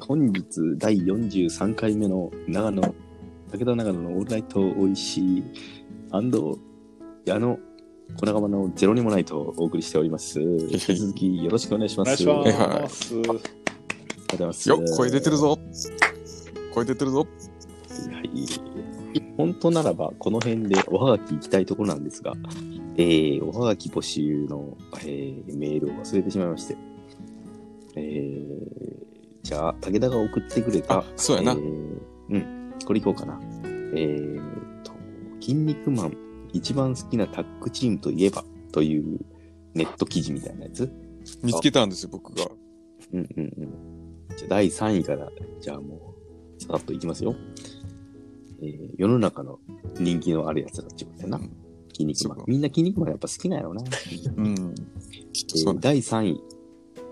本日第43回目の長野、武田長野のオールナイトおいしい矢野、小長間のゼロにもないとお送りしており ます。引き続きよろしくお願いしおます。願いします。ありがとうございます。よっ、声出てるぞ。声出てるぞ。はい。本当ならば、この辺でおはがき行きたいところなんですが、えー、おはがき募集の、えーメールを忘れてしまいまして、えー、じゃあ、武田が送ってくれたあ、そうやなえ。ーうん、これいこうかな。えー、と、筋肉マン、一番好きなタッグチームといえばというネット記事みたいなやつ。見つけたんですよ、僕が。うんうんうん。じゃあ第3位から、じゃあもう、さらっといきますよ。えー世の中の人気のあるやつだってことやな。筋肉マンそう。みんな筋肉マンやっぱ好きなんやろ な。うん。きっえーとそうだ。第3位。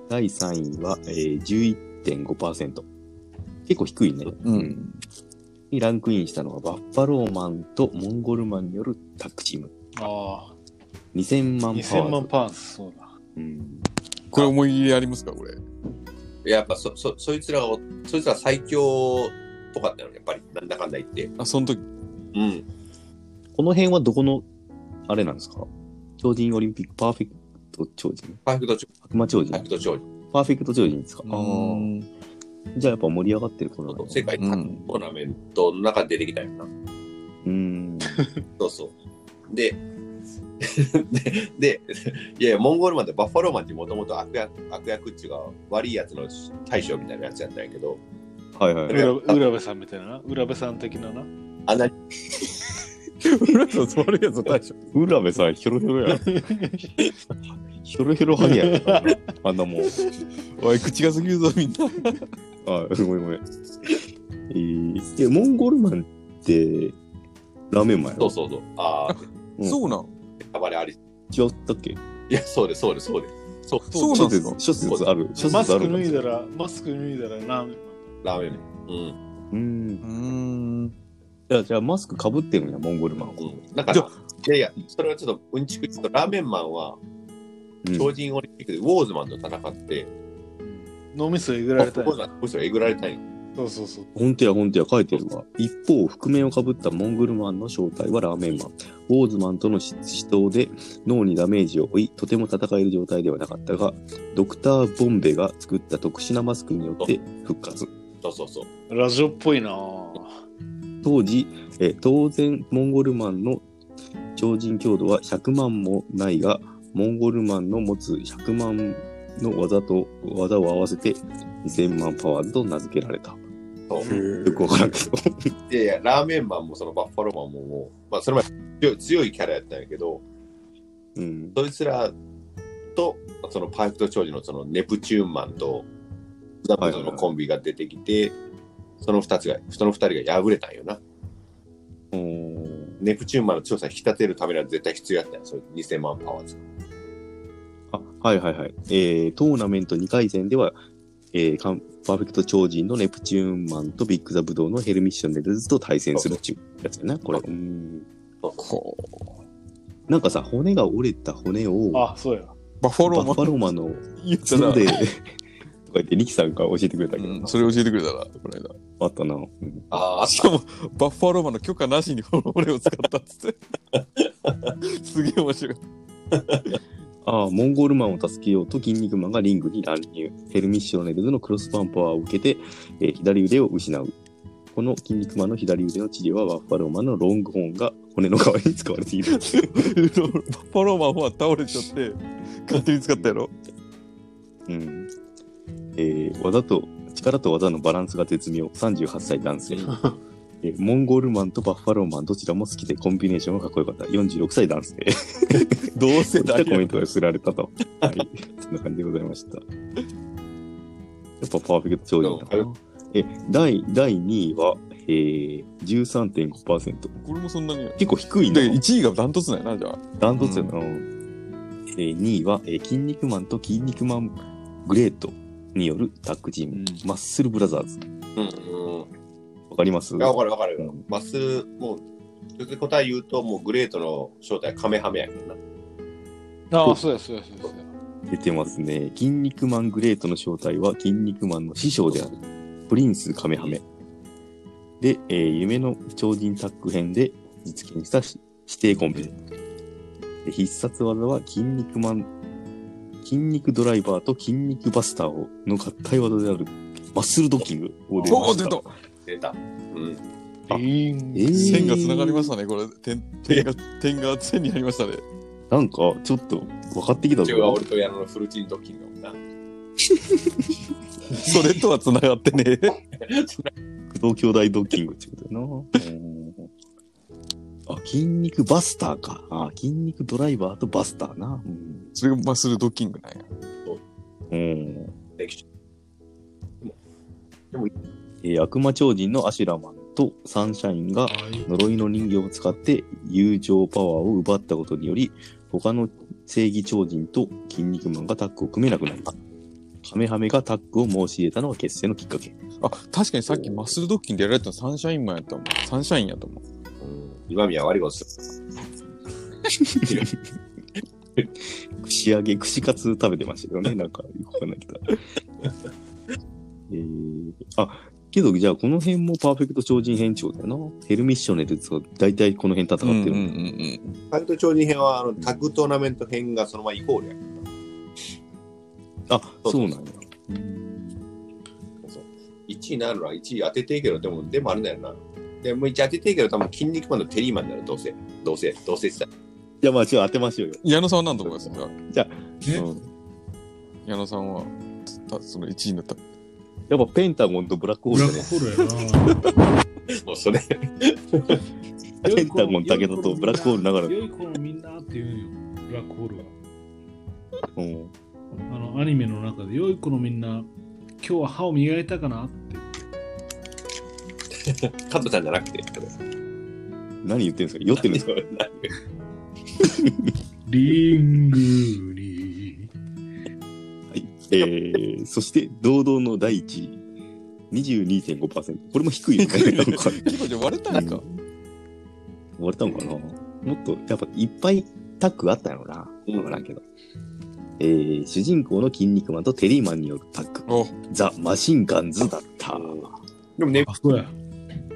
第3位は、えー、11.5%。結構低いね。うん。にランクインしたのはバッファローマンとモンゴルマンによるタッグチーム。あ2000万あ、パワ2000ー万ズ。パーツ、そうだ。うんこれ思い入れありますか、これ。やっぱそ、そ、そいつらを、そいつら最強とかだよね、やっぱり、なんだかんだ言って。あ、その時。うん。この辺はどこの、あれなんですか超人オリンピックパーフェクト超人パーフェクト超人、悪魔超パー人フェクト超人、パーフェクト超人ですかうあーん。じゃあやっぱ盛り上がってるこの世界タッグトーナメントの中に出てきたよな。うん。そうそう。 で、で、で、いやいや、モンゴルマンってバッファローマンってもともと悪役、悪役っていうか、悪いやつの大将みたいなやつやったんやけど、はいはい。浦浦部さんみたいなな。浦部さん的なな。あんな裏と座るやつ、大将。浦部さん、ヒョロヒョロや。ヒョロヒョロハゲやから。あんなもん。おい、口が過ぎるぞ、みんな。あ、ごめんごめん。えー、でモンゴルマンって、ラーメンマンやそろうそうそう。ああ、うんそうなん。ネタバレあり。違ったっけいや、そうです、そうです、そうです。そう、そうなん諸です説か諸説ある。諸マス説あクる脱いだら、マスク脱いだらラーメンラーメン麺。ううんん。う。ーん。じゃあ、じゃあマスクかぶってるんや、モンゴルマンは。うん、なんかじな、ゃいやいや、それはちょっとうんちくちょっとラーメンマンは、うん超人オリンピックでウォーズマンと戦って、脳みそえぐウらォれたーりズ。マン、むしろえぐられたい。そうそうそう。本当や本当や書いてるわ。一方、覆面をかぶったモンゴルマンの正体はラーメンマン。ウォーズマンとの死闘で脳にダメージを負い、とても戦える状態ではなかったが、ドクター・ボンベが作った特殊なマスクによって復活。そうそうそう。ラジオっぽいな。当時、えー当然モンゴルマンの超人強度は100万もないがモンゴルマンの持つ100万の技と技を合わせて2000万パワーズと名付けられた。そうよくわからんけど。 いやいや、ラーメンマンもそのバッファローマンももう、まあ、それまで強い強いキャラやったんやけど、うん。そいつらと、そのパーフェクト超人のそのネプチューンマンと、ザブズのコンビが出てきて、その二つが、その二人が敗れたんよな。おーネプチューンマンの強さを引き立てるためには絶対必要やったんや、それ2000万パワーズ。あはいはいはい、えートーナメント2回戦では、えーカンパーフェクト超人のネプチューンマンとビッグザブドウのヘルミッションネルズと対戦するっていうやつやな、これ。うん。こなんかさ、骨が折れた骨を、バあ、そうや。う。バッファロッファーローマン。マンの言ったな角。で、とか言って、リキさんが教えてくれたけど、うん、それ教えてくれたな、この間。あったな。うんああ、あっしかも、バッファローマンの許可なしにこの俺を使ったっつ って。すげえ面白い。ああ、モンゴルマンを助けようと、筋肉マンがリングに乱入。ヘルミッショネルズのクロスパンパワーを受けて、えー左腕を失う。この筋肉マンの左腕の治療は、バッファローマンのロングホーンが骨の代わりに使われている。バッファローマンは倒れちゃって、勝手に使ったやろ。うん。えー技と、力と技のバランスが絶妙。38歳男性。えーモンゴルマンとバッファローマンどちらも好きでコンビネーションがかっこよかった。46歳男性。どうせそうだいったコよメン。トが寄せられたと。はい。そんな感じでございました。やっぱパーフェクト超人だな。え、第、第2位は、えー、13.5%。これもそんなに。結構低いで、ね。 1位がダントツなんやな、じゃあ。ダントツやな。えー、2位は、えー、筋肉マンと筋肉マングレートによるタッグチーム、うんマッスルブラザーズ。うんうん。わかりますいや、わかるわかるう。んマス、もう、直接答え言うと、もうグレートの正体はカメハメやけどな。ああ、そうや、そうや、そうや。出てますね。筋肉マングレートの正体は筋肉マンの師匠である。プリンスカメハメ。で、えー夢の超人タッグ編で実現したし指定コンビ。で必殺技は筋肉マン、筋肉ドライバーと筋肉バスターをの合体技であるマッスルドッキングを出まおしーた出。た出た。うん。あいいんえー線がつながりましたね、これ。点点が、点が線になりましたね。なんか、ちょっと分かってきた中はぞ俺。と矢野のフルチンドッキングだもんな。それとはつながって ね。工藤兄弟ドッキングってことやな。あ、筋肉バスターか。あ、筋肉ドライバーとバスターな。うんそれがマッスルドッキングなんや。うん。できちゃえー悪魔超人のアシュラマンとサンシャインが呪いの人形を使って友情パワーを奪ったことにより、他の正義超人と筋肉マンがタッグを組めなくなった。カメハメがタッグを申し入れたのは結成のきっかけ。あ、確かにさっきマッスルドッキングでやられたのサンシャインマンやったもん。サンシャインやったもん。ううん今宮悪いことす串揚げ、串カツ食べてましたけどね、なんか、よくわかんないけど。えー、あ、けど、じゃあ、この辺もパーフェクト超人編長だよな。ヘルミッショネルズは大体この辺戦ってる。うんうんうんる。タグと超人編はあのタグトーナメント編がそのままイコールや。あ、そうなんや。 1位なるのは1位当てていいけど、でも、でもあれだよな。でも1位当てていいけど、多分筋肉マンのテリーマンだよ、どうせ。どうせ、どうせしたら。じゃあ、まあ、ちょっと当てましょうよ。うん。矢野さんは何と思いますかえうん、矢野さんは、たその1位になった。やっぱ、ペンタゴンとブラックホーブラルッだね。クホールやな。もうそれ、ペンタゴン、武田とブラックホールながら。良い子のみんなって言うんよ、ブラックホールは。うん、あの、アニメの中で、良い子のみんな、今日は歯を磨いたかなって。カットさんじゃなくて。何言ってるんですか酔ってるんですかリングに。はい。えー、そして、堂々の第一位。22.5%。これも低いよね。なん か結構じゃあ割れたんか。割れたのかなもっと、やっぱいっぱいタッグあったやろな。うんわからんけど。えー、主人公の筋肉マンとテリーマンによるタッグ、お、ザ・マシンガンズだった。でもね、あ、そうや。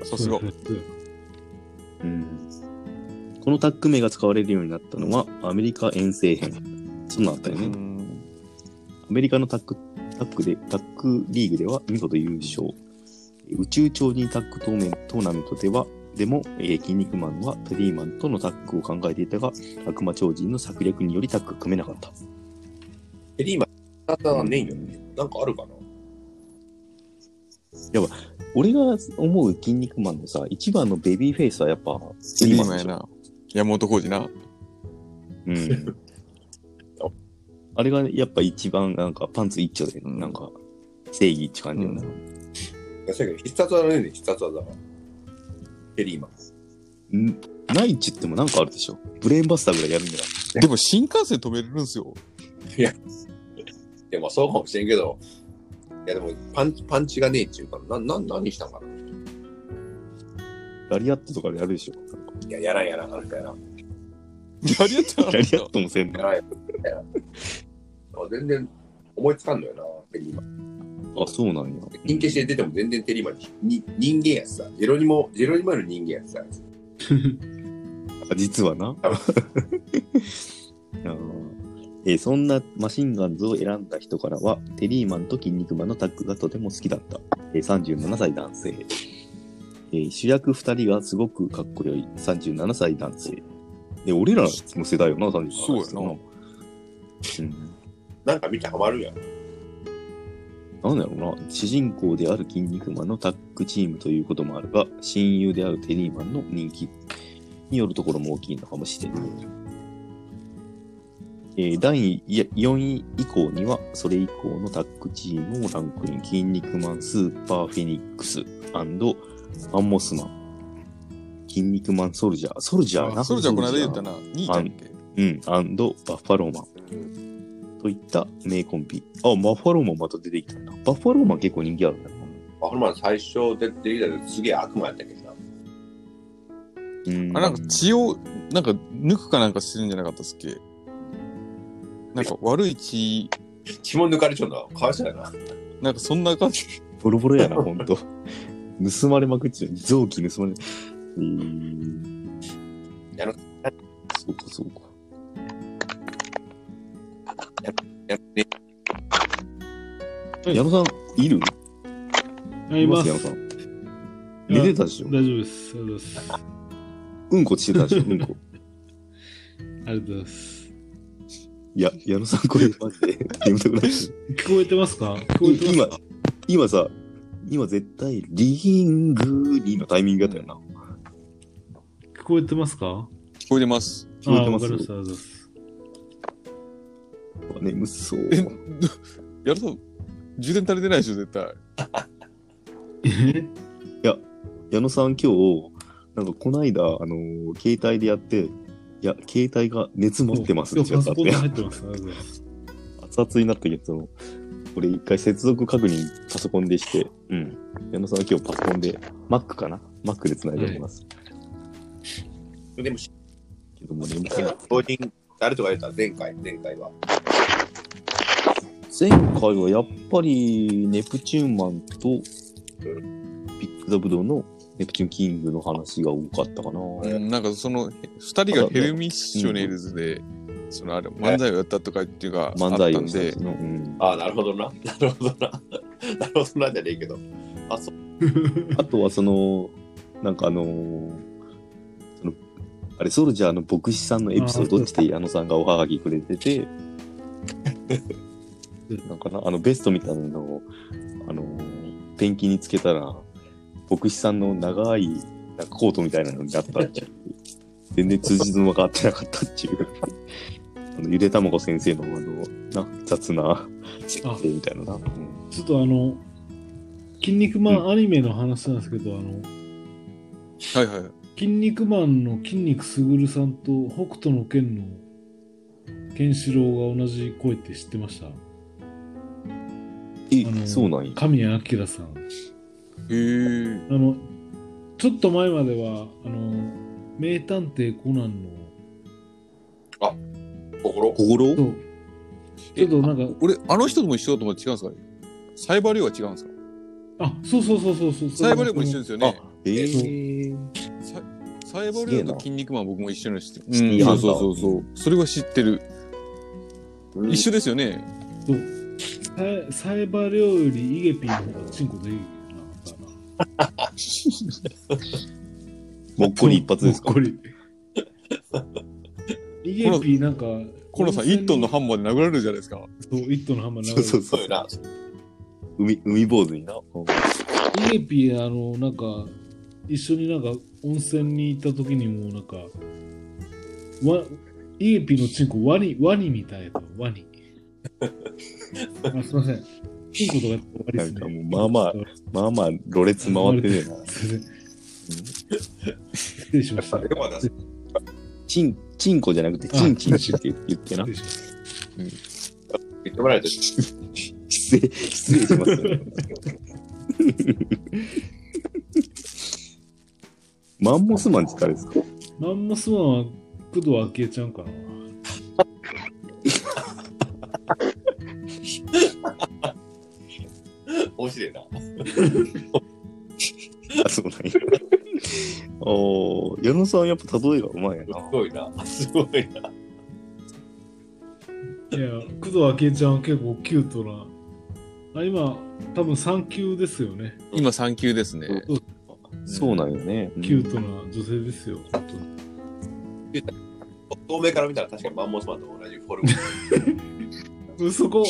さすが。そうやうん、このタッグ名が使われるようになったのは、アメリカ遠征編。そんなんあったよね。うんアメリカのタッグ、タッグで、タッグリーグでは見事優勝。宇宙超人タッグトーメントーナメントでは、でも、えー、筋肉マンはテリーマンとのタッグを考えていたが、悪魔超人の策略によりタッグが組めなかった。テリーマン、スターはねえよね。なんかあるかな俺が思う筋肉マンのさ、一番のベビーフェイスはやっぱ、テリリーーマンマンやでしょ。な。山本浩二な。うん。あれがやっぱ一番なんかパンツ一丁で、なんか正義って感じよな。いや、そうやけど、必殺技ねえね、必殺技は。テリーマン。んないっちってもなんかあるでしょ。ブレーンバスターぐらいやるんじゃないでも新幹線止めれるんすよ。でもそうかもしれんけど、いやでもパンチ、パンチがねえっていうか、な、な、何したんかなラリアットとかでやるでしょ。いや、やらんやらん、なんかやらん。やりやった ラリなアットもせんやの。らんやらんや らん。あ全然思いつかんのよな、テリーマン。あ、そうなんや。人形して出ても全然テリーマンに、に人間やしさ。ジェロニモ、ジェロニモより人間やしさ。あ実はな。 あーえーそんなマシンガンズを選んだ人からは、テリーマンと筋肉マンのタッグがとても好きだった。えー37歳男性。えー主役2人がすごくかっこよい37歳男性。で、俺らの世代よな、37歳。そうやなうんなんか見てハマるやん。なんだろうな、主人公である筋肉マンのタッグチームということもあるが、親友であるテリーマンの人気によるところも大きいのかもしれない。えー第4位以降には、それ以降のタッグチームをランクイン、筋肉マンスーパーフェニックスアンモスマン、筋肉マンソルジャー、ソルジャーな。それじゃあこの間言ったな。2位だっけうん、アンドバッファローマンといった名コンビ。あ、バッファローマンまた出てきたな。バッファローマン結構人気あるんだな。バフルマン最初出てきた時すげえ悪魔やったけどな。うんあ、なんか血を、なんか抜くかなんかしてるんじゃなかったっすっけなんか悪い血、血も抜かれちゃうのはかわいそうやな。なんかそんな感じ。ボロボロやな、ほんと。 盗まれまくっちゃう。臓器盗まれ。うーん。やろそうか、そうか。やっねはい矢野さん、いるあります。矢野さん。寝てたでしょ大丈夫です。ありがとうございます。うんこしてた でしょうんこ。ありがとうございます。いや、矢野さん、これマジで眠たくなってき聞こえてますか聞た。こえてます今か、今さ、今絶対、リングリーのタイミングだったよな。聞こえてますか聞こえてます。聞こえてあまわかりますした。ありがとうございます。眠そう。え、やると、充電足りてないでしょ、絶対。え矢野さん今日、なんかこないだ、あのー携帯でやって、いや、携帯が熱持ってます今っ日てやつパあソっコンでて、入ってます。ありがとうございます。熱々になったけど、これ一回接続確認パソコンでして、うん。矢野さんは今日パソコンで、Mac かな ?Mac で繋いでおります。でも、けどもう眠たいな老人、誰とか言った前回、前回は。前回はやっぱり、ネプチューンマンと、ビッグダブドのネプチューンキングの話が多かったかな。うんなんかその、二人がヘルミッショネルズで、そのあれ、漫才をやったとかっていうか、漫才あをったんしたやでつ、の。うんああ、なるほどな。 なるほどな。なるほどなじゃねえけど。あ、そう。 あとはその、なんかあのーそのあれ、ソルジャーの牧師さんのエピソードって矢野さんがおはがきくれて て、なんかな、あの、ベストみたいなのを、あのーペンキにつけたら、牧師さんの長い、なんかコートみたいなのになったっていう。全然通じつまが合ってなかったっていう。 あのゆで卵先生の、あの、な、雑な設定みたいなな。うんちょっとあの、筋肉マンアニメの話なんですけど、あの、はいはい。筋肉マンの筋肉すぐるさんと北斗の拳のケンシロウが同じ声って知ってましたあのえ、そうなんや。神谷明さん。へえ。あの、ちょっと前までは、あの、名探偵コナンの、心そう心ちょっとなんか、俺、あの人とも一緒だと思って違うんですかねサイバーリオは違うんですかあ、そうそうそうそうそう。サイバーリオも一緒ですよね。えーササイバーリオと筋肉マン僕も一緒にしてる。げえうなんそうそうそうそう。それは知ってる。うん一緒ですよね。サイサイバー料理よりイゲピーの方がチンコでいいよな。もっこり一発ですかもっこ りイゲピーなんか、コロさん、1トンのハンマーで殴られるじゃないですか。そう、一トンのハンマーそうそうそそううよ。な。海、海坊主にな。イゲピー、あの、なんか、一緒になんか、温泉に行った時にも、なんか、わイゲピーのチンコ、ワニ、ワニみたいだワニ。あすいません。チンコとかやって終わりですね。なんかもうまあまあまあまあ、ろれつ回ってるよな。すいません失礼しました。でもなチン、チンコじゃなくて、チンチンって言ってな失。礼しました言ってもらえる と、失礼、失礼します よ。マンモスマンって誰ですかマンモスマンは工藤昭恵ちゃんかな。面白いな。あ、そうなんや。おー矢野さんやっぱ例えがうまいやすな。ごいな。すごいな。いや、工藤昭恵ちゃんは結構キュートな。あ今、多分3級ですよね。今3級ですね。そうなんよね。キュートな女性ですよ。本当に透明から見たら確かにマンモスマンと同じフォルム。そこ、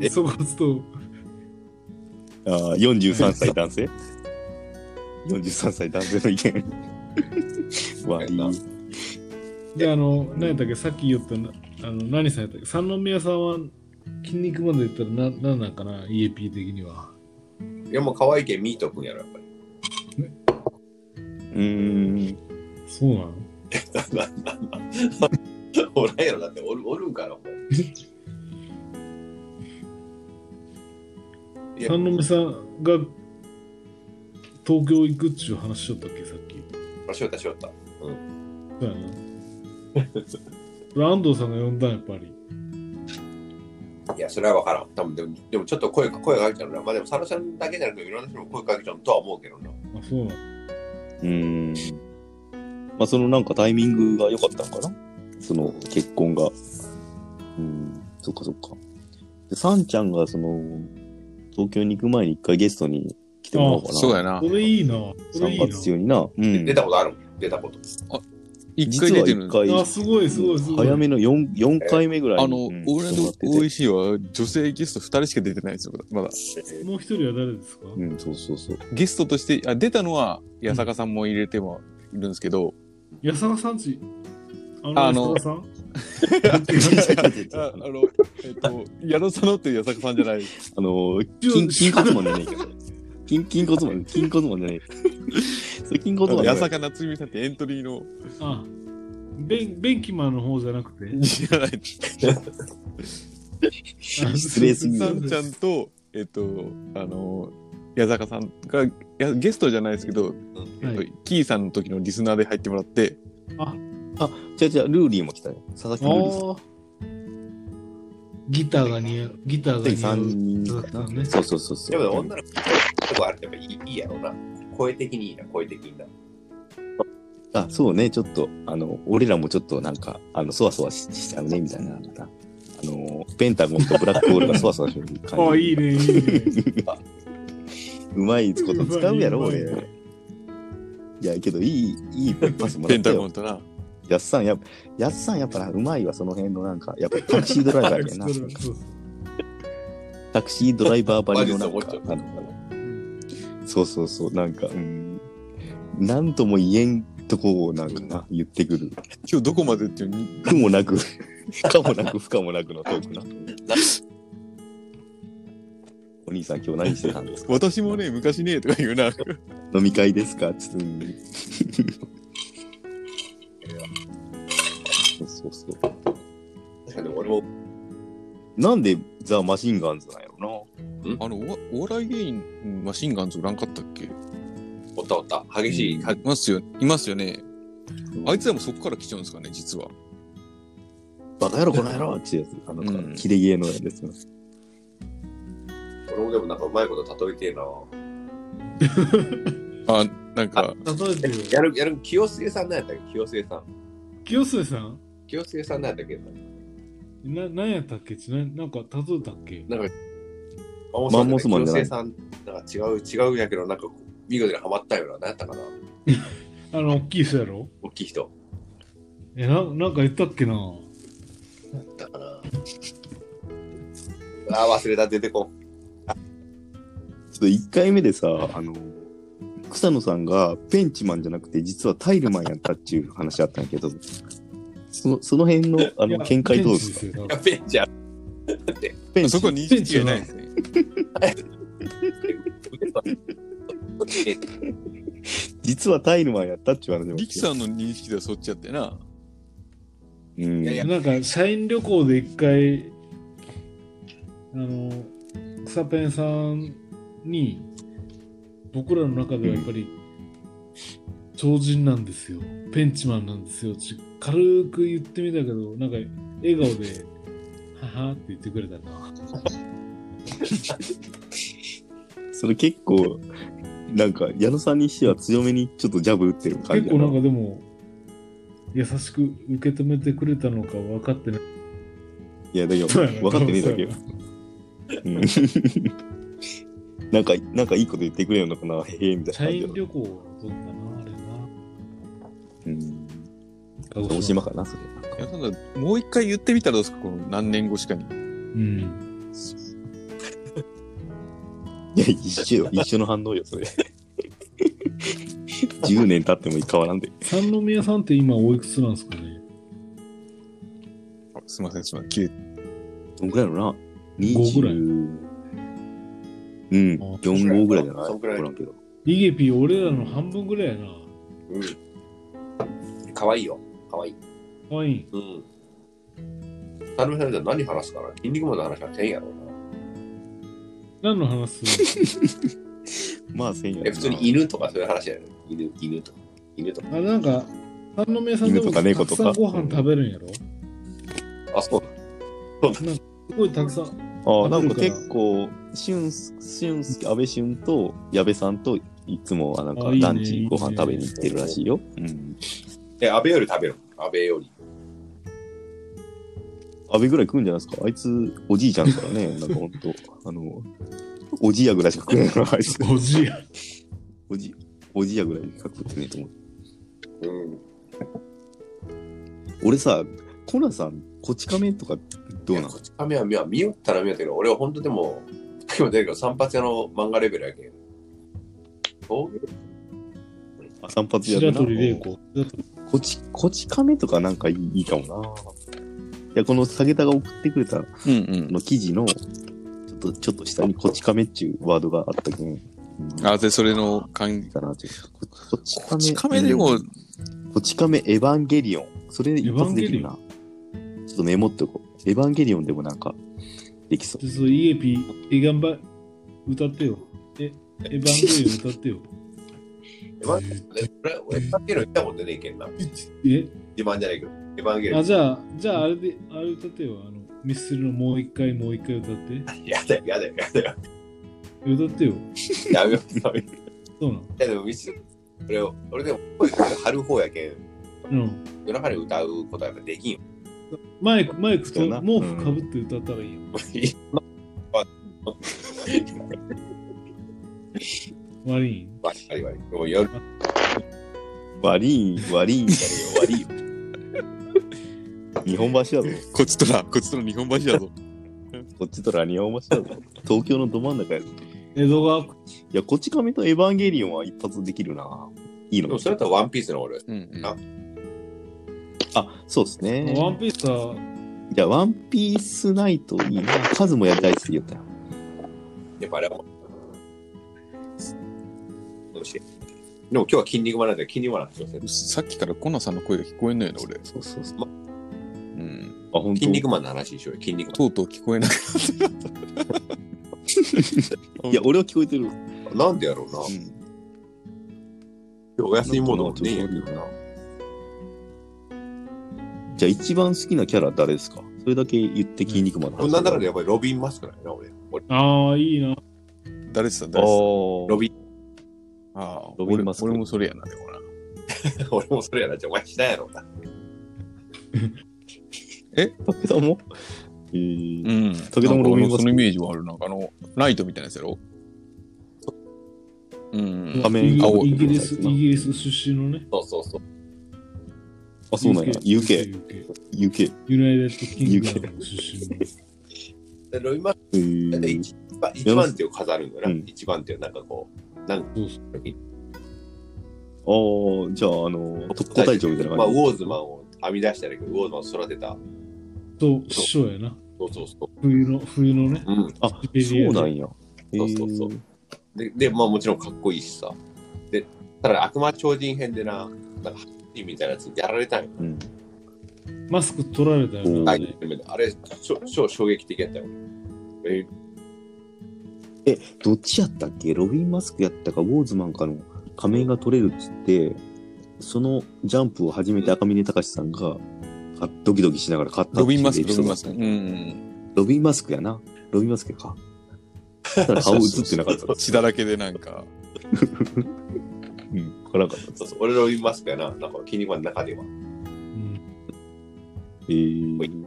えそこちょっああ、43歳男性 ?43 歳男性の意 見。割り。と、で、あの、何やったっけ、さっき言ったな、あの、何さんやったっけ、三宮さんは筋肉まで言ったらな、なんなんかな、EAP 的には。いや、もう可愛いけんミートくんやろ、やっぱり。うーん。そうなのおらんやろ、だっておるおるんから、もう。いや、三宮さんが東京行くっちゅう話しちゃったっけ、さっき。しよったしよった。そうやな。これ安藤さんが呼んだんやっぱり。いや、それは分からん。多分でも、でもちょっと声声かけちゃうな。まあでも、佐野さんだけじゃなくて、いろんな人も声かけちゃうとは思うけどな。あ、そうなのうーん。まあ、そのなんかタイミングが良かったのかなその結婚が。うん、そっかそっか。で、サンちゃんがその、東京に行く前に一回ゲストに来てもらおうかな。そうやなこ。れいいな。これい3いな。月中にな。うん。出たことあるもん、出たこと。一回実出はてる一んだ回、あ、すごいすごいすごい。早めの 4, 四回目ぐらいあに。の、うん俺そうなのってて OEC は女性ゲスト2人しか出てないんですよ、まだ。もう一人は誰ですかうん、そうそうそう。ゲストとして、あ出たのは八坂さんも入れてもいるんですけど、安坂さんち。ああのの安坂さんああの、えっと、矢野さんのっていう八坂さんじゃない。あの、金、金骨マンじゃないけど。金、金骨マン、金骨マンじゃない。それ金骨マンじゃ八ない。坂夏美さんってエントリーの、あ、ベン、ベンキマンの方じゃなくて。じゃない。失礼すぎさる。んちゃんと、えっと、あの、矢坂さんが、いやゲストじゃないですけど、えっとはいキーさんの時のリスナーで入ってもらって、じゃじゃルーリーも来たよ。佐々木ルーリーさん。ああ。ギターが似合う。ギターがで似合う。三人そうだったねそうそうそうそう。でもね、女の子とかあれやっぱいいいいやろうな。声的にいいな、声的にな。あ、そうね、ちょっと、あの、俺らもちょっとなんか、あの、そわそわししちゃうね、みたいな。なんかあの、ペンタゴンとブラックホールがそわそわしてる感じ。あ、いいね、いいね。うまいこと使うやろ、うま俺いうまい。いや、けど、いい、いいパスもらペっンたタゴよ。ンとな。やっさん、やっぱ、やっさん、やっぱな、うまいわ、その辺のなんか、やっぱタクシードライバーやな。 そうタクシードライバーばりのなんマジかで、あのそうそうそう、なんか、うん、なんとも言えんとこをなんかな、言ってくる。今日どこまでっていうに、苦もなく、可もなく、不可もなくのトークな。お兄さん、今日何してたんですか私もね、昔ね、とか言うな。飲み会ですかつうん。そうそうそう。確かに俺も、なんでザ・マシンガンズなんやろあの、おお笑い芸人、マシンガンズおらんかったっけおったおった。激しい。いますよ、いますよね。な。あいつらもそこから来ちゃうんですかね、実は。バカ野郎、この野郎っていうやつ。あの、うんキレゲーのやつですね。俺もでもなんかうまいこと例えてえな。あ、なんか、そう例えてやよ。る、やる、清末さんなんやったっけ清末さん。清末さん清末さんなんやったっけな、なんやったっけちななんか、例えたっけマンモスマンじゃない清末さん、なんか違う、違うんやけど、なんかこう見事にハマったよな。なんやったかな。あの、大きい人やろ大きい人。え、ななんか言ったっけななんやったかな。ああ、忘れた、出てこん。ちょっと1回目でさ、あの、草野さんがペンチマンじゃなくて、実はタイルマンやったっていう話あったんやけど、そのその辺のあいやの見解どうですか天使よやべえじゃん。だって、ペンチそこ認識がないですね。実はタイルマンやったっていう話も力さんの認識ではそっちやってな。うん。いやいやなんか、社員旅行で一回、あの、草ペンさんに、僕らの中ではやっぱり、超人なんですよ。ペンチマンなんですよ。ち軽く言ってみたけど、なんか、笑顔で、ははって言ってくれたな。それ結構、なんか、矢野さんにしては強めにちょっとジャブ打ってる感結じ構やなんかでも、優しく受け止めてくれたのか分かってない。いや、だけど、分かってねえだけよ。うんなん か、なんかいいこと言ってくれるのかな、へえ、みたいな社感じや員ろ旅行はどんだな、あれな。うん。鹿鹿児島かな、それ。いやただもう一回言ってみたらどうですかこの何年越しかに。うん。いや、一 緒よ。一緒の反応よ、それ。10年経っても変わらんで。三宮さんって今おいくつなんですかねあすいません、すいません。切れどんくらいやろな五ぐらいうん、あ4号ぐらいじゃないそんくらいわらんけど。イゲピー俺らの半分ぐらいやな。うん。かわいいよ。かわいい。かわいい。うん。田辺さんじゃ何話すかな筋肉マンの話はせんやろうな。何の話するまあ、1000円え、普通に犬とかそういう話やろ。犬、犬とか。犬とか。の あ、なんか、三宮さんで犬ともたかく猫とさかんご飯食べるんやろあ、そう。すごいたくさん。ああ、食なべんるかかな結構、俊俊介、安倍俊と矢部さんといつも、あなんあかいいねランチ、ごいい飯ね食べに行ってるらしいよ。うん。え、安倍より食べるの安倍より。安倍ぐらい食うんじゃないですか。あいつ、おじいちゃんだからね、なんかほんと、 あの、おじやぐらいしか食えないから、あいつ。おじや。おじ、おじやぐらいしか食ってねえと思う。うん。俺さ、コナさん、こち亀とかどうなのこっち亀は見よ見よったら見よったけど、俺は本当でも、さっきも出たけど、散髪屋の漫画レベルやけん。おあ散髪屋で白な鳥玲子。白鳥こち、こち亀とかなんかいいいいかもな。いや、この下田が送ってくれたうんあの記事の、ちょっと、ちょっと下にこち亀っちゅうワードがあったけん、うんあ、で、それの関係。かなっていう。ここち亀。こち亀でも、うんこち亀エヴァンゲリオン。それで一発できるな。ちょっとメモっとこう。エヴァンゲリオンでもなんか、できそうちょ。っと EAP、え、頑張歌ってよ。え、エヴァンゲリオン歌ってよ。エヴァンゲリオンね俺俺エヴァンゲリオン見たことねえけんな。え、自慢じゃないけど、エヴァンゲリオあ、ン。じゃあ、じゃあ、あれで、あれ歌ってよ。あの、ミスチルのもう一回、もう一回歌って。やだよ、やだよ、やだよ。歌ってよ。やめよう、やめよう。いそうなのや、でも、ミス、俺、俺でも、声張る方やけん、うん。夜中に歌うことはやっぱできんよ。マイク、マイクそとうな毛布かぶって歌ったらいいよ。悪いんわりわり。もう夜、悪い、悪いんだよ、悪いよ。日本橋だぞ。こっちとら、こっちとら日本橋 やぞ。こっちとら日本橋だぞ。東京のど真ん中やぞ。江戸川区。いや、こち亀とエヴァンゲリオンは一発できるな。いいでのもそれだったらワンピースの俺、うんうん。ああ、そうですね。ワンピースは、じゃあ、ワンピースナイトいいな。カズもやりたいっすよって。やっぱあれはもう。どうしようでも今日は筋肉マンなんで筋肉マンなんですよ。さっきからコナさんの声が聞こえんのよね、俺。そうそうそう。うん。あ、本当筋肉マンの話しようよ、筋肉とうとう聞こえなく なっていや、俺は聞こえてる。マン。なんでやろうな。うん今日お休みモードねえんやけどな。じゃあ、一番好きなキャラ誰ですかそれだけ言って筋肉マンのこ話んなんだからやっぱりロビンマスクなんやな、俺。俺ああ、いいな。誰さん、あ誰さん。ーロビン、 ああ、ロビン俺マスク俺もそれやな、でもな。俺もそれやな、じゃあお前しないやろうな。武田もえーうん。武田もロビンマスクなんかあのそのイメージはある。なんかあの、ライトみたいなやつやろうん。仮面イギ青いイギリス、イやつなギリス出身のね。そうそうそう。あ、そうなんや。UK。 UK。 UK。ユナイテッドキングダム出身の。でロビンマスクえ大体ー一番一番手を飾るんだうよな。ん一番手をなんかこう、なんかそうそあー、じゃあ、あの、特攻隊長みたいなまあ、ウ感ォじ。ーズマンを編み出したんだけど、ウォーズマンを育てた。そう、師匠やな。そうそうそ冬の、冬のね。う。うん。あ、そうなんや。そうそうそうえーで、でまあもちろんかっこいいしさ。で、ただ悪魔超人編でな、なんか、ハッピーみたいなやつやられたんよ。うん。マスク取られたようんな。ああれれ、超超衝撃的やったよ。えどっちやったっけロビン・マスクやったか、ウォーズマンかの仮面が取れるっつって、そのジャンプを始めて赤嶺隆さんが、あドキドキしながら買ったロっていうビンマスエク、ピソロードビンマスク。うんうん。ロビンマスクやな。ロビンマスクやか。ただ顔映ってなかった。血だらけでなんか。うん、わからなかった。そうそう俺ロビンマスクやな、なんか筋肉マンの中では。うんえー、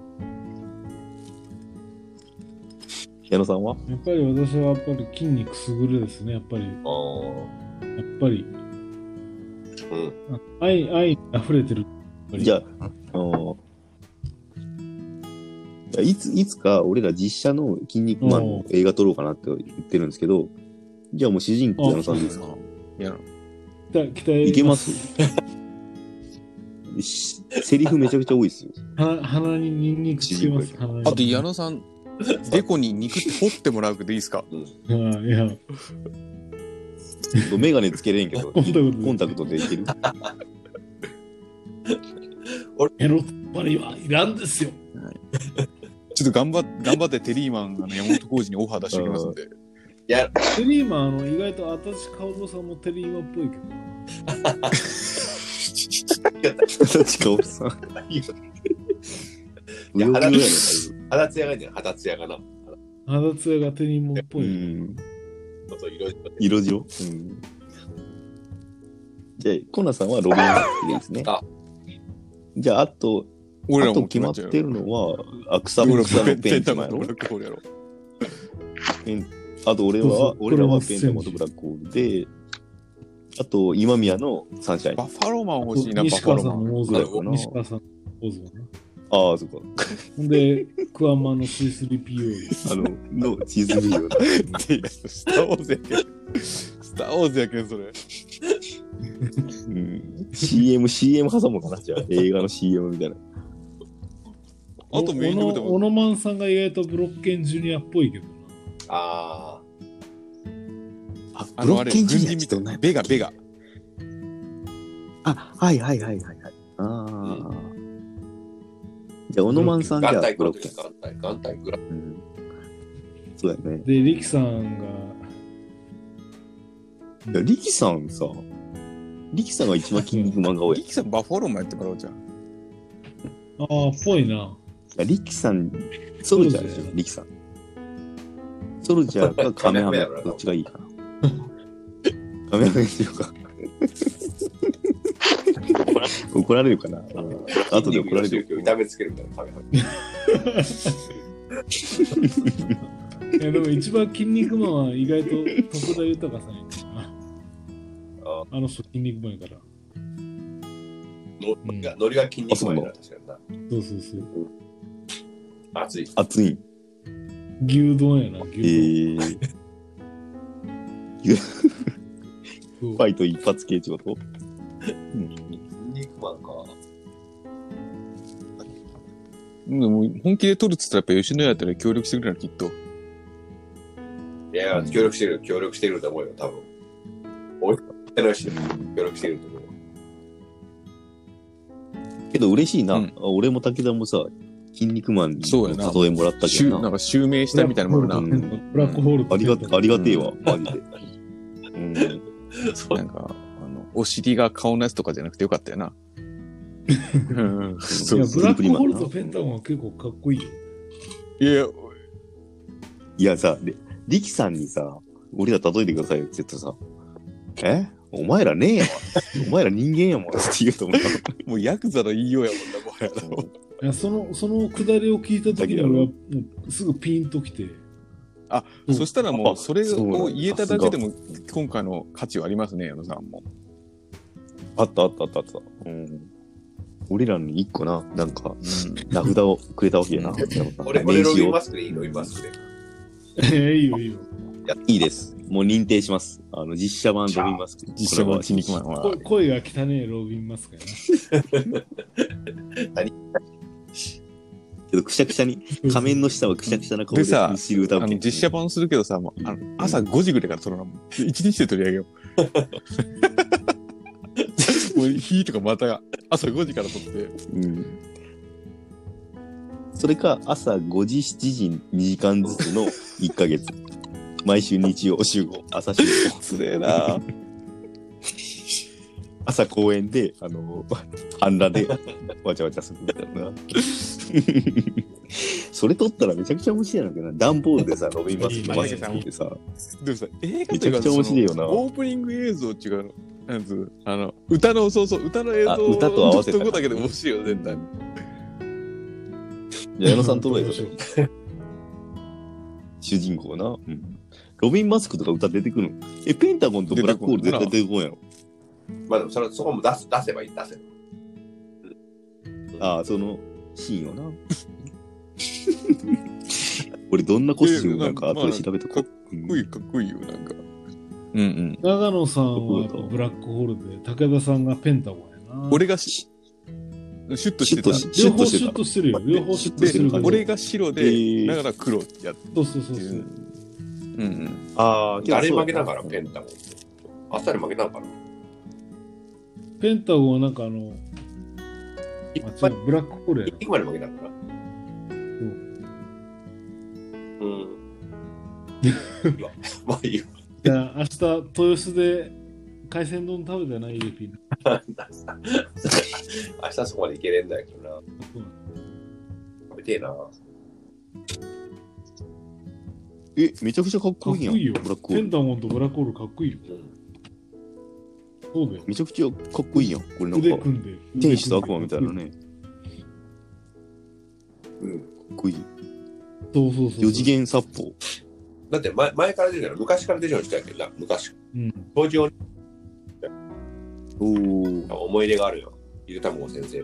矢野さんはやっぱり私はやっぱり筋肉優れですね。やっぱり、やああっぱり。うん。愛、愛に溢れてる。じゃゃあ、あのいやいつ、いつか俺ら実写の筋肉マンの映画撮ろうかなって言ってるんですけど、じゃあもう主人公矢野さんでいいですかいや、期待、期待いけ ますしセリフめちゃくちゃ多いですよ。鼻鼻にニンニクつけます。ち鼻にあと矢野さん、デコに肉掘ってもらうけどいいですかうんいや、 メガネつけれんけど、ココンタクトでンタクトでいけるエロバリはいらんですよ。ちょっと頑張っ頑張ってテリーマン、あの山本浩二にオファー出しておきますんで。や、テリーマン、あの、意外と、あたしかおさんもテリーマンっぽいけど。確かおさん。いや、うろうろや肌なつ肌つやがね、肌つやがな。肌ツヤがテニモンっぽうい。ん。そうそういろいろ。色白うん。じゃあ、コナさんはロビンハッピーですねあじゃあ、あと、俺らあもと決まってるのは、アクサ俺ブらクサもペのンペンタチママンンとやブラろックホールやろペンあと、俺そうそはう、俺らはこれペもンタマンとブラックホールで、あと、今宮のサンシャイン。あバッファローマン欲しいなバッ西ファ川ロさーんマンの大そうだ相よな撲。西川さんの大相撲な。あ、そっか。ほんで、 クワマンの C3PO。あの、のチーズビール。いやスター・ウォーズやけんスター・ウォーズやけんそれ うん、CM、CM 挟むかなじゃあ、映画の CM みたいな。あとメインおのおでのオもノマンさんが意外とブロッケンジュニアっぽいけどな。ああ、あのあれ軍人みたいなベガベガ。ガあ、はいはいはいはいはい。ああ。じゃあ、オノマンさあんじゃ眼あ、帯ブ黒ロとッいケうか眼帯眼帯グラン。うんそうだよね。で、リキさんが、いや、リキさんさ、リキさんが一番筋肉漫画多い。いリキさんバッファローマンやってもらおうじゃんああ、っぽいな。や、リキさん、ソルジャーでしょそうです、ねリキさん。ソルジャーかカメハメハ、どっちがいいかな。 カメハメにしようか。怒られるかな。うん後で怒られる筋肉よ痛めつけるみたいな髪型いやでも一番筋肉マンは意外と徳田豊さんやからあな。あの人筋肉マンやから。のノリがノリが筋肉前だ確かになそうそうそう。熱い熱い。牛丼やな、え牛ー、丼。ファイト一発系ってことうん筋肉マンかでも本気で取るっつったらやっぱ吉野家やったら協力してくれるなきっといやいや協力してる協力してると思うよ多分俺の人協力してると思うけど嬉しいな、うん俺も武田もさ、筋肉マンにそうやな例えもらったけ襲どなな。んか襲名したみたいなもんなうんブラックホールありが、ありがてえわう、マジで。うん。なんかあのお尻が顔のやつとかじゃなくてよかったよなうんいそや、うブラックホールとペンタゴンは結構かっこいいよ。いやいやさ、で力さんにさ、俺ら例えてくださいよって言ったらさ、えお前らね えやわ。お前ら人間やもんって言うと思った。もうヤクザの言いようやもんなもはやいや、その、そのくだりを聞いた時に俺はもうすぐピンときて。あ、うんそしたらもあうそれそうなんをだ言えただけでも今回の価値はありますね矢野さんもあったあったあったあった。うん。俺らに一個な、なんか、名札をくれたわけやな。俺名俺ロ刺ビンをマ。スクでいいロビンマスクでええ、いいよいいよ。いいです。もう認定します。あの、実写版ロビンマスク。実写版これ筋肉マンこは声が汚ねえロビンマスクやけど、くしゃくしゃに、な。仮面の下はくしゃくしゃな顔でさで、知る歌あうけの実写版するけどさもうあの朝5時ぐらいから撮るの一日で取り上げよ うもう日とかまた朝5時から撮ってうん。それか、朝5時、7時、2時間ずつの1ヶ月。毎週日曜集合、朝集合。つれえな朝公園で、あの、半裸で、わちゃわちゃするみたいな。それ撮ったらめちゃくちゃ面白いんだけどな。段ボールでさ、ロビンマスクのマスク作ってさ、でもさめ映画ちゃというくかちゃ面白いよなそのオープニング映像違うのなんつうあの歌のそうそう歌の映像あ歌と合わせたとこだけで面白いよ絶対じゃあ矢野さん撮ろうよ、面白い主人公な。ロビンマスクとか歌出てくるのえ、ペンタゴンとブラックホール絶対出てこんやろ。まあでもそれそこも出す出せばいい出せばああ、そのシーンをな。 俺どんなコスチュームなんか後で調べとこかっこいいかっこいいよなんかうんうん長野さんはやっぱブラックホールで、武田さんがペンタゴンやな。俺がしシュッとしてシュッたと両方シシュッュッととしてるよ。両方シュッとしてシュッとしてるる感感じ。じ俺が白で、えーだから黒やっそうそうそてういそうう。うんうんああれ負けたからペンタもあっさり負けたからペンタゴンはなんかあの、いあ違うブラックホールやいくまで負けたのかな。うん。いやまあいいよ。な。明日、豊洲で海鮮丼食べてない、UP の。明日そこまでいけれんだけどな。食べてえな。え、めちゃくちゃかっかこっいこいやん。いいよ。ブラックホペーンル。ダゴンとブラックホールかっこいいよ。うんそうだよ。めちゃくちゃかっこいいやん。これなん腕か、組んで。天使と悪魔みたいな。ね。うんかっこいい。そうそうそう。四次。元殺法。だって前前から出てるの昔から出てる人やけどな昔うん。東京におー。思い出があるよゆでたまご先生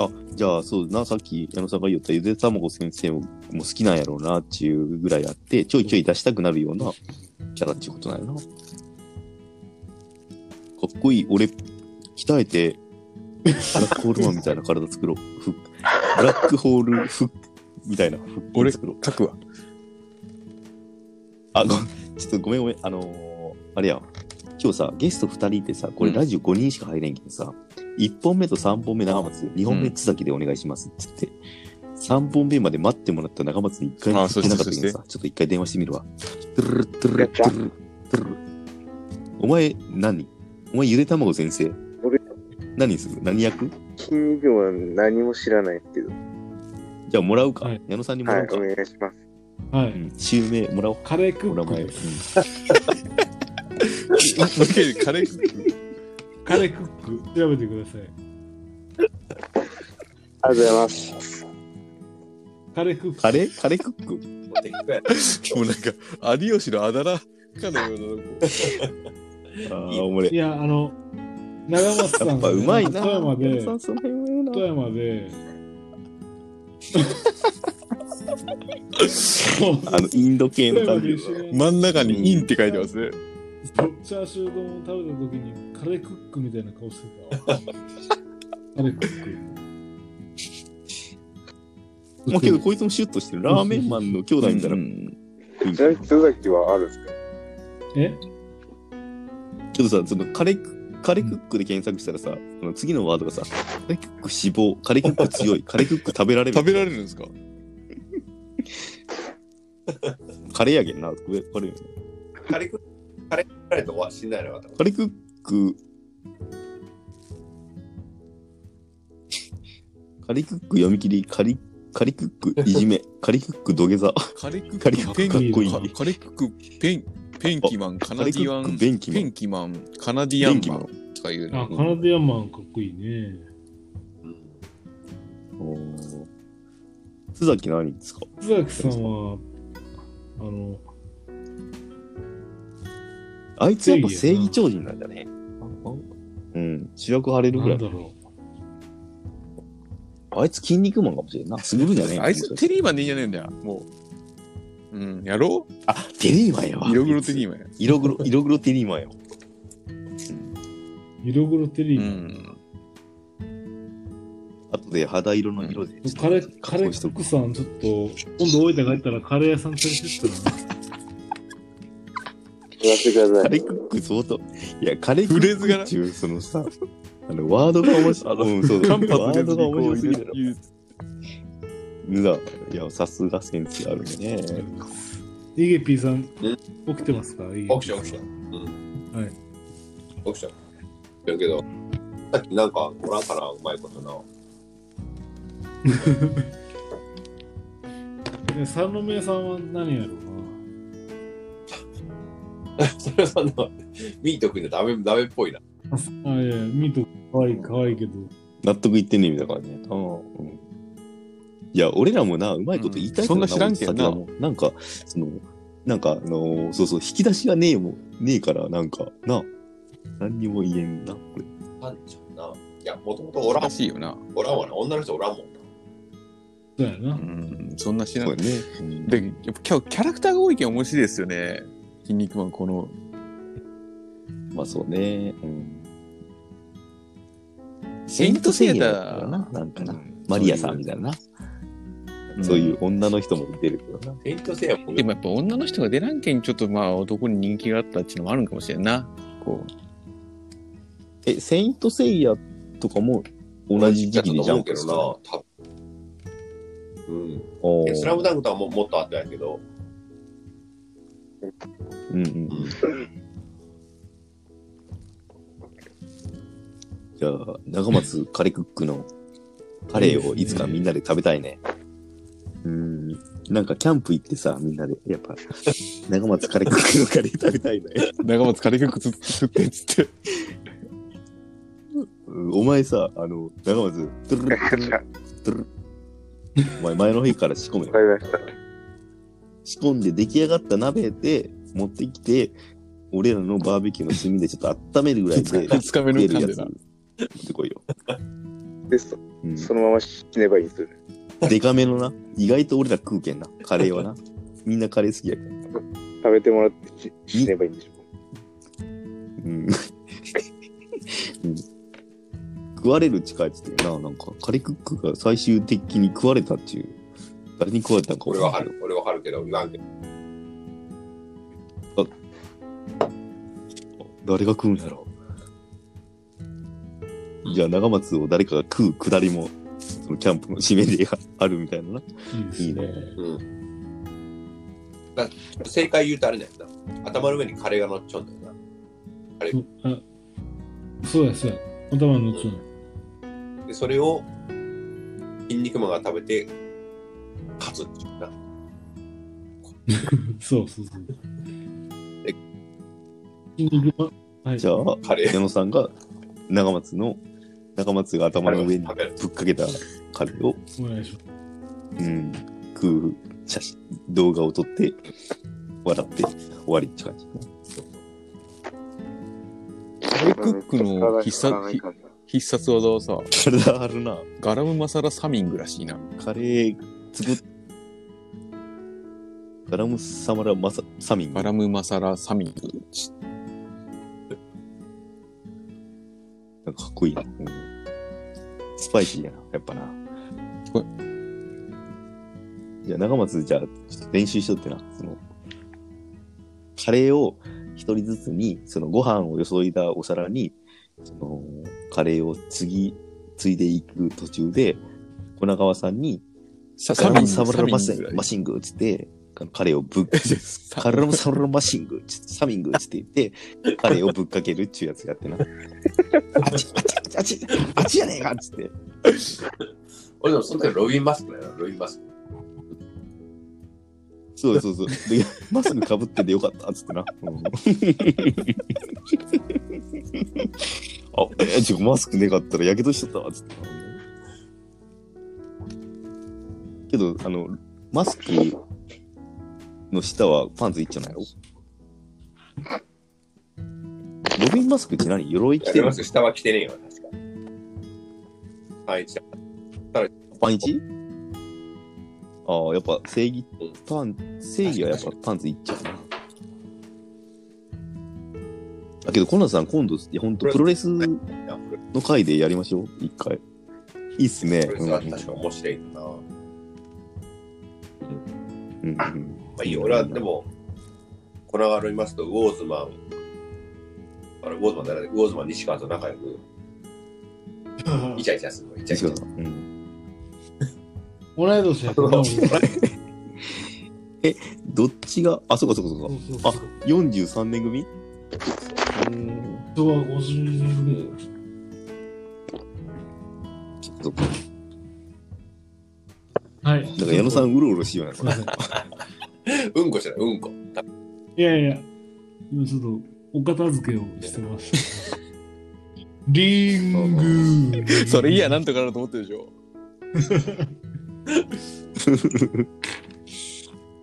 あ、じゃあ、そうだな、さっき矢野さんが言ったゆでたまご先生ももう好きなんやろうなっていうぐらいあって、ちょいちょい出したくなるようなキャラっていうことなんやな。かっこいい。俺、 鍛えて、ブラックホールマンみたいな体作ろう。ふブラックホールフックみたいな腹筋俺作ろう。書くわ。 あ、ご ちょっとごめんごめん。あのー、あれや。今日さ、ゲスト2人ってさ、これうんラジオ5人しか入れんけどさ、1本目と3本目長松、2本目津崎でお願いしますっつって、3本目まで待ってもらった長松に1回もあそ聞うけなしてかったけどさ、ちょっと1回電話してみるわ。トゥルルトゥルルトゥルルトゥルルお前何お前ゆで卵先生俺何する何役金魚は何も知らないですけど。じゃあもらうか。はい矢野さんにもはらい、うか。お願いします。はうい。ん、襲名もらおう。カレークお名ッ前。うんク。カレー食うカレークック。調べてください。ありがとうございます。カレークック。カレーカレークック適当やもうなんか、有吉のあだ名かのような。あーおもれい。や、あの、長松さんがやっぱうまいな。富山で、さんその辺うまいな富山で、そうあの、インド系富の山感でじ。一緒に真ん中にインって書いてますね。チャーシュー丼を食べた時にカレークックみたいな顔してたわ。カレークック。まあけど、こいつもシュッとしてる。ラーメンマンの兄弟みたいな。うんちなみに、鈴崎はあるんですかえけどさ、そのカレー、カレークックで検索したらさ、その次のワードがさ、カレークック死亡、カレークック強い、カレークック食べられ食る。べられるんですかカレーやげんな。これカレーやなカレー食カレー食われたらわ死んだよなかったカレークック、カレークック読み切り、カリ、カリクックいじめ、カリクック土下座、カレークカレークペンッギクンかっこいい。カレークックペン、ペンキマン、カナカデレークィアックン、ベンキマペン。ンキマン、カナディアンマンとかいうあ、カの。ナディアンマンかっこいいね。うんおー須崎何ですか津崎さんは、あの、あいつやっぱ正義超人なんだね。うん。主役張れるぐならんい。だろう。あいつ筋肉マンかもしれんな。すぐるんじゃねえ あいつテリーマンでいいんじゃねえんだよ。もう。うん、やろうあ、テリーマンやわ。色黒テリーマンや。色黒、色黒テリーマンやわ。色黒テリうー、ん。あとで肌色の色で。カレー、カレークックさん、ちょっと、今度大分帰ったらカレー屋さん連れてったらな。言わせてくだカさレいー。クック相当。いや、カレークックフレーズがなっていうそのさ、あの、ワードが面白い。うん、そうカンパワとレーズドが面白すぎにるこういうだいや、さすがセンスあるね。イゲピーさん、起きてますかイゲピーさん起きた起きた。うん。はい。起きた。だけど、さっきなんかおらんかな、うまいことな。で三宮さんは何やろうそれはそんな、ミート君のダメ、ダメっぽいな。な。あ、いやいや、ミート、かわいい、かわいいけど。納得いってんねみたいな感じね。うん。いや、俺らもな、うまいこと言いたいけどうんそんな知らんけどな大崎はもうなんか、その、なんか、あのーそうそう、引き出しがねえもん、ねえから、なんか、な、何にも言えんな、これ。あんちゃんな。いや、もともとおおらんか、しいよな。おらんわな。女の人おらんもんな。そうやうな。ん、そんなしなそ。いうだね。うんで、やっぱキャキャラクターが多いけん面白いですよね。筋肉マン、この。まあそうね。うん。セイントセイセイントセイヤヤだだからな、なんかな。マリアさんみたいな。んそういう女の人も出てるけどな。セイントセイヤもでもやっぱ女の人が出らんけん、ちょっとまあ男に人気があったっていうのもあるんかもしれんな。こえ、セイントセイヤとかも同じ時期でジャンプした思うけどな。多分おうん。ーいやスラムダンクとはももっとあったんやけど、うんうんう。ん。じゃあ、長松カレークックのカレーをいつかみんなで食べたいね。うん。なんかキャンプ行ってさ、みんなで、やっぱ、長松カレークックのカレー食べたいね。長松カレークック作ってっ つって。うんお前さ、あの、長松、トゥルルガチャお前前の日から仕込めわ。かりました。仕込んで出来上がった鍋で持ってきて、俺らのバーベキューの炭でちょっと温めるぐらいで、二日目の食える感やでつな。持ってこいよ。で、そうんそのまま死ねばいいんですよね。 デカめのな、意外と俺ら食うけんな、カレーはな。 みんなカレー好きやけん。食べてもらってし死ねばいいんでしょうん。 うん食われる近いっつってな、なんか、カレークックが最終的に食われたっていう。誰に食われたんか俺俺はわかる、俺はわかるけど、なんで。誰が食うんやろじゃあ長松を誰かが食うくだりもそのキャンプの締めであるみたいなないいですいいね。ねうん。だ正解言うとあれだよな。頭の上にカレーが乗っちゃうんだよそうあそうや、そうや。頭のちょな。で、それを、筋肉マンが食べて、勝つっていうな。そうそうそうえ。筋肉マンはい。じゃあカレー矢野さんが長松の長松が頭の上に食べる。ぶっかけたカレーを、お願いしまうん、食う写真動画を撮って笑って終わりって感じカレークックの必殺必必殺技はさ、体あるなガラムマサラサミングらしいな。カレー作っガラムサマラマササミングガラムマサラサミング。ちなんかかっこいいな、うんスパイシーやな、やっぱな。こいじゃあ、長松、じゃあ、ちょっと練習しとってな。その、カレーを一人ずつに、そのご飯をよそいだお皿に、その、カレーを次、ついでいく途中で、粉川さんに、さカラムサムラマシサミンングマシングっつって、カレーを ぶっ、カラムサムラマシングっつって、サミングっつって言って、カレーをぶっかけるっちゅうやつやってな。あちあちあちあちやねえかっつって。俺でもその時ロビンマスクだよな、ロビンマスク。そうそうそう。で、マスクかぶっててよかったっつってな。うん、あ、え、ちょ、マスクねかったらやけどしとったわっつってな。けど、あの、マスクの下はパンツいっちゃうのやろロビンマスクって何鎧着着ててるますよ下は着てねえよ、確か。はい、じゃパンイチああ、やっぱ正義、パン、正義はやっぱパンツいっちゃうな。だけど、コナンさん、今度、いや、本当プロレスのあ、いやこれ回でやりましょう、一回。いいっすね。これうんさ、確か面白いな。まうんうんあいいよ、俺はでも、このロビンマスクとウォーズマン、あれ、ウォーズマン誰だウォーズマン西川と仲 良く、イす。チャイチャするの、イチャ西イチ川ャさ。んうん同い年や からな俺そうどっちが、あ、そうかそうかそうか。そうあそう。、 43年組うん、昭和50年ぐらい。そっか。はい。だから矢野さん。ん、うろうろしようやすいません。うんこじゃない、うんこ。いやいや、今ちょっとお片付けをしてました。 リングそれいや、なんとかなると思ってるでしょ。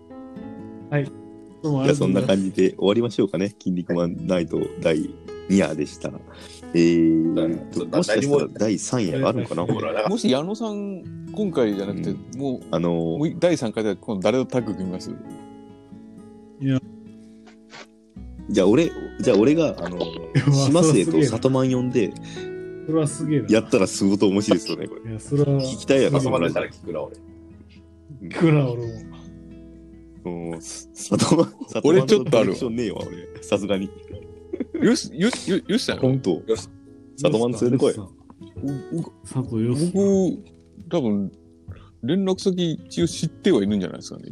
じゃあどうもありがとそうんごないざます感じで終わりましょうかね。筋肉マンナイト第2夜でした。えーそと、うだもしかしたら第3夜があるのかなはいほら、なんかもし矢野さん、今回じゃなくて、うもうあのーもう第3回で今度誰とタッグ組みますじゃあ俺、じゃあ俺が、あのうー、島生わそれすげえとな里満呼んで、それはすげえな。やったらすごと面白いですよね、これ。いや、それは聞きたいやろ、朝そまので話したら聞くな、俺。聞くな、俺も。もう、里満、里俺ちょっとある里満のコネわクションねえわ、俺。さすがに。よし、よし、よよしさん本当。よし、里満連れてこい。佐藤よ僕、し。多分、連絡先一応知ってはいるんじゃないですかね。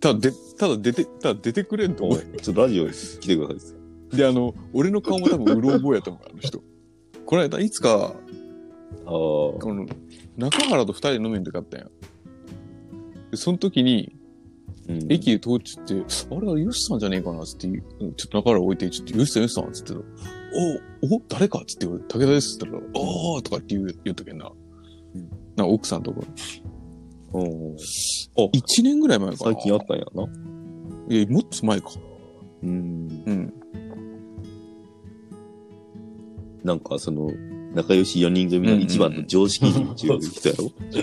ただ、でただ出て、ただ出てくれんとお思いちょっとラジオ来てください。 う。で、あの、俺の顔も多分うろ覚えやと思う、あの人。この間、いつか、あーこの、中原と二人で飲みに出かったんや。で、その時に、うん駅で通っちって、あれはヨシさんじゃねえかなっつって、うんちょっと中から置いて、ちょっとヨシさんヨシさんっつってたら、おお誰かっつって言われて、武田ですっつったら、おーとかって言う言ったけんな。うんなんか奥さんとか。おー1年ぐらい前かな。最近あったんやな。いや、もっと前か。うん。うん。なんか、その、仲良し4人組の一番の常識人っていう人やろキ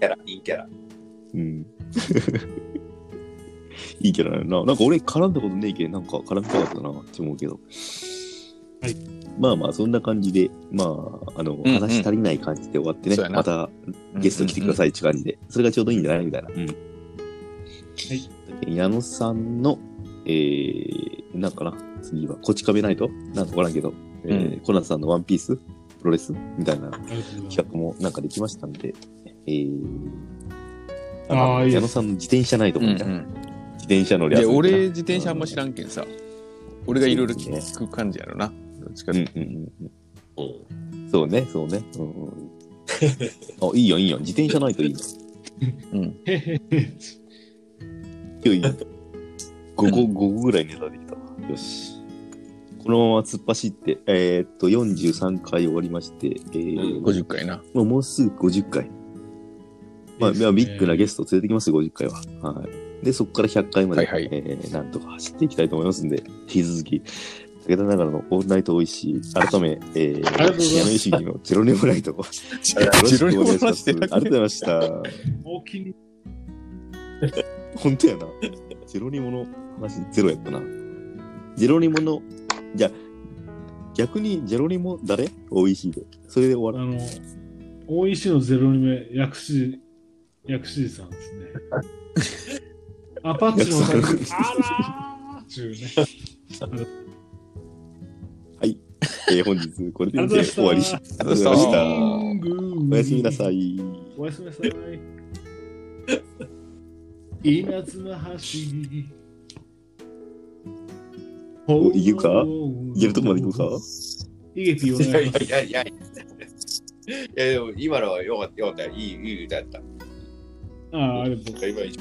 ャラ、インキャラ。うん。 いいキャラだよな。なんか俺絡んだことねえけど、なんか絡みたかったなって思うけど。はい。まあまあ、そんな感じで、まあ、あの、うん話足りない感じで終わってねそう、やなまたゲスト来てくだい。さいって感じで、それがちょうどいいんじゃないみたいな。うん。はい。矢野さんの、えー、なんかな、次は、こち亀ないとなんかわからんけど、えーコナンさんのワンピースプロレスみたいなありがとうござい企画もなんかできましたんで、えー、あーのいいです矢野さんの自転車ないとうん思うみたいな、ん、自転車乗りで、遊びかな俺、自転車あんま知らんけんさ。俺がいろいろ聞く感じやろな。どっちかうっていうんうんうん。うん。そうね、そうね。うんうん、あ、いいよ、いいよ。自転車ないといいよ。ます。今日いいよ。5個、五個ぐらいネタできたわ。よし。このまま突っ走って、えーっと、43回終わりまして、えーうんと。50回な。もうもうすぐ50回。まあ、ですねまあビッグなゲストを連れてきますよ、50回は。はい。で、そこから100回まで、はいはいえーなんとか走っていきたいと思いますんで、 引き続き、武田ながらのオールナイト美味しい、改め、えー、ありがとうございます矢野義行のゼロネオライ トを、よろしくお願いします。ありがとうございました。大きに本当やな。ジェロニモの話ゼロやったな。ジェロニモの、じゃあ逆にジェロニモ誰 ?OEC で。それであ終わの、OEC のゼロに目、薬師、薬師寺さんですね。 アパッチの先薬師あらーっていうね。る。 えー、本日これあでりがとうございました終わり。ありがとうございましありがとうごたざいま。おやすみなさい。い。おやすみなさい。稲妻走り。おいけるかいけるとこまで行くかいけてよいやねい。やいやいや。いやでも今のはよかったよかった。いいいい歌やった。ああ、ありがとう。じ今一ゃ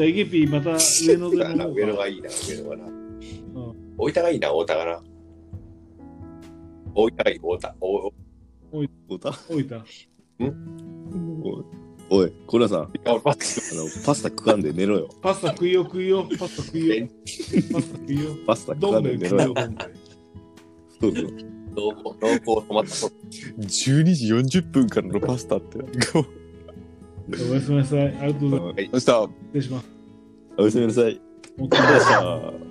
あ、イゲピーまた上野で番な飲も 上野うか。がいいな、上野がな。大分がいいな、大分がな。大分がいい、大分。おおた置いた。おいおい、コラさん、あの俺パパスタ食わんで寝ろよ。パスタ食いよ食いよ。パスタ食いよ。パスタ食いよ。パスタ食どわんんどでん寝食ろいよよ。。そうそう濃厚、濃厚止まった。 12時40分からのパスタって。おやすみなさい。ありがとうございます。はいそしたら、失礼します。おやすみなさい。本あり当にがとうございました。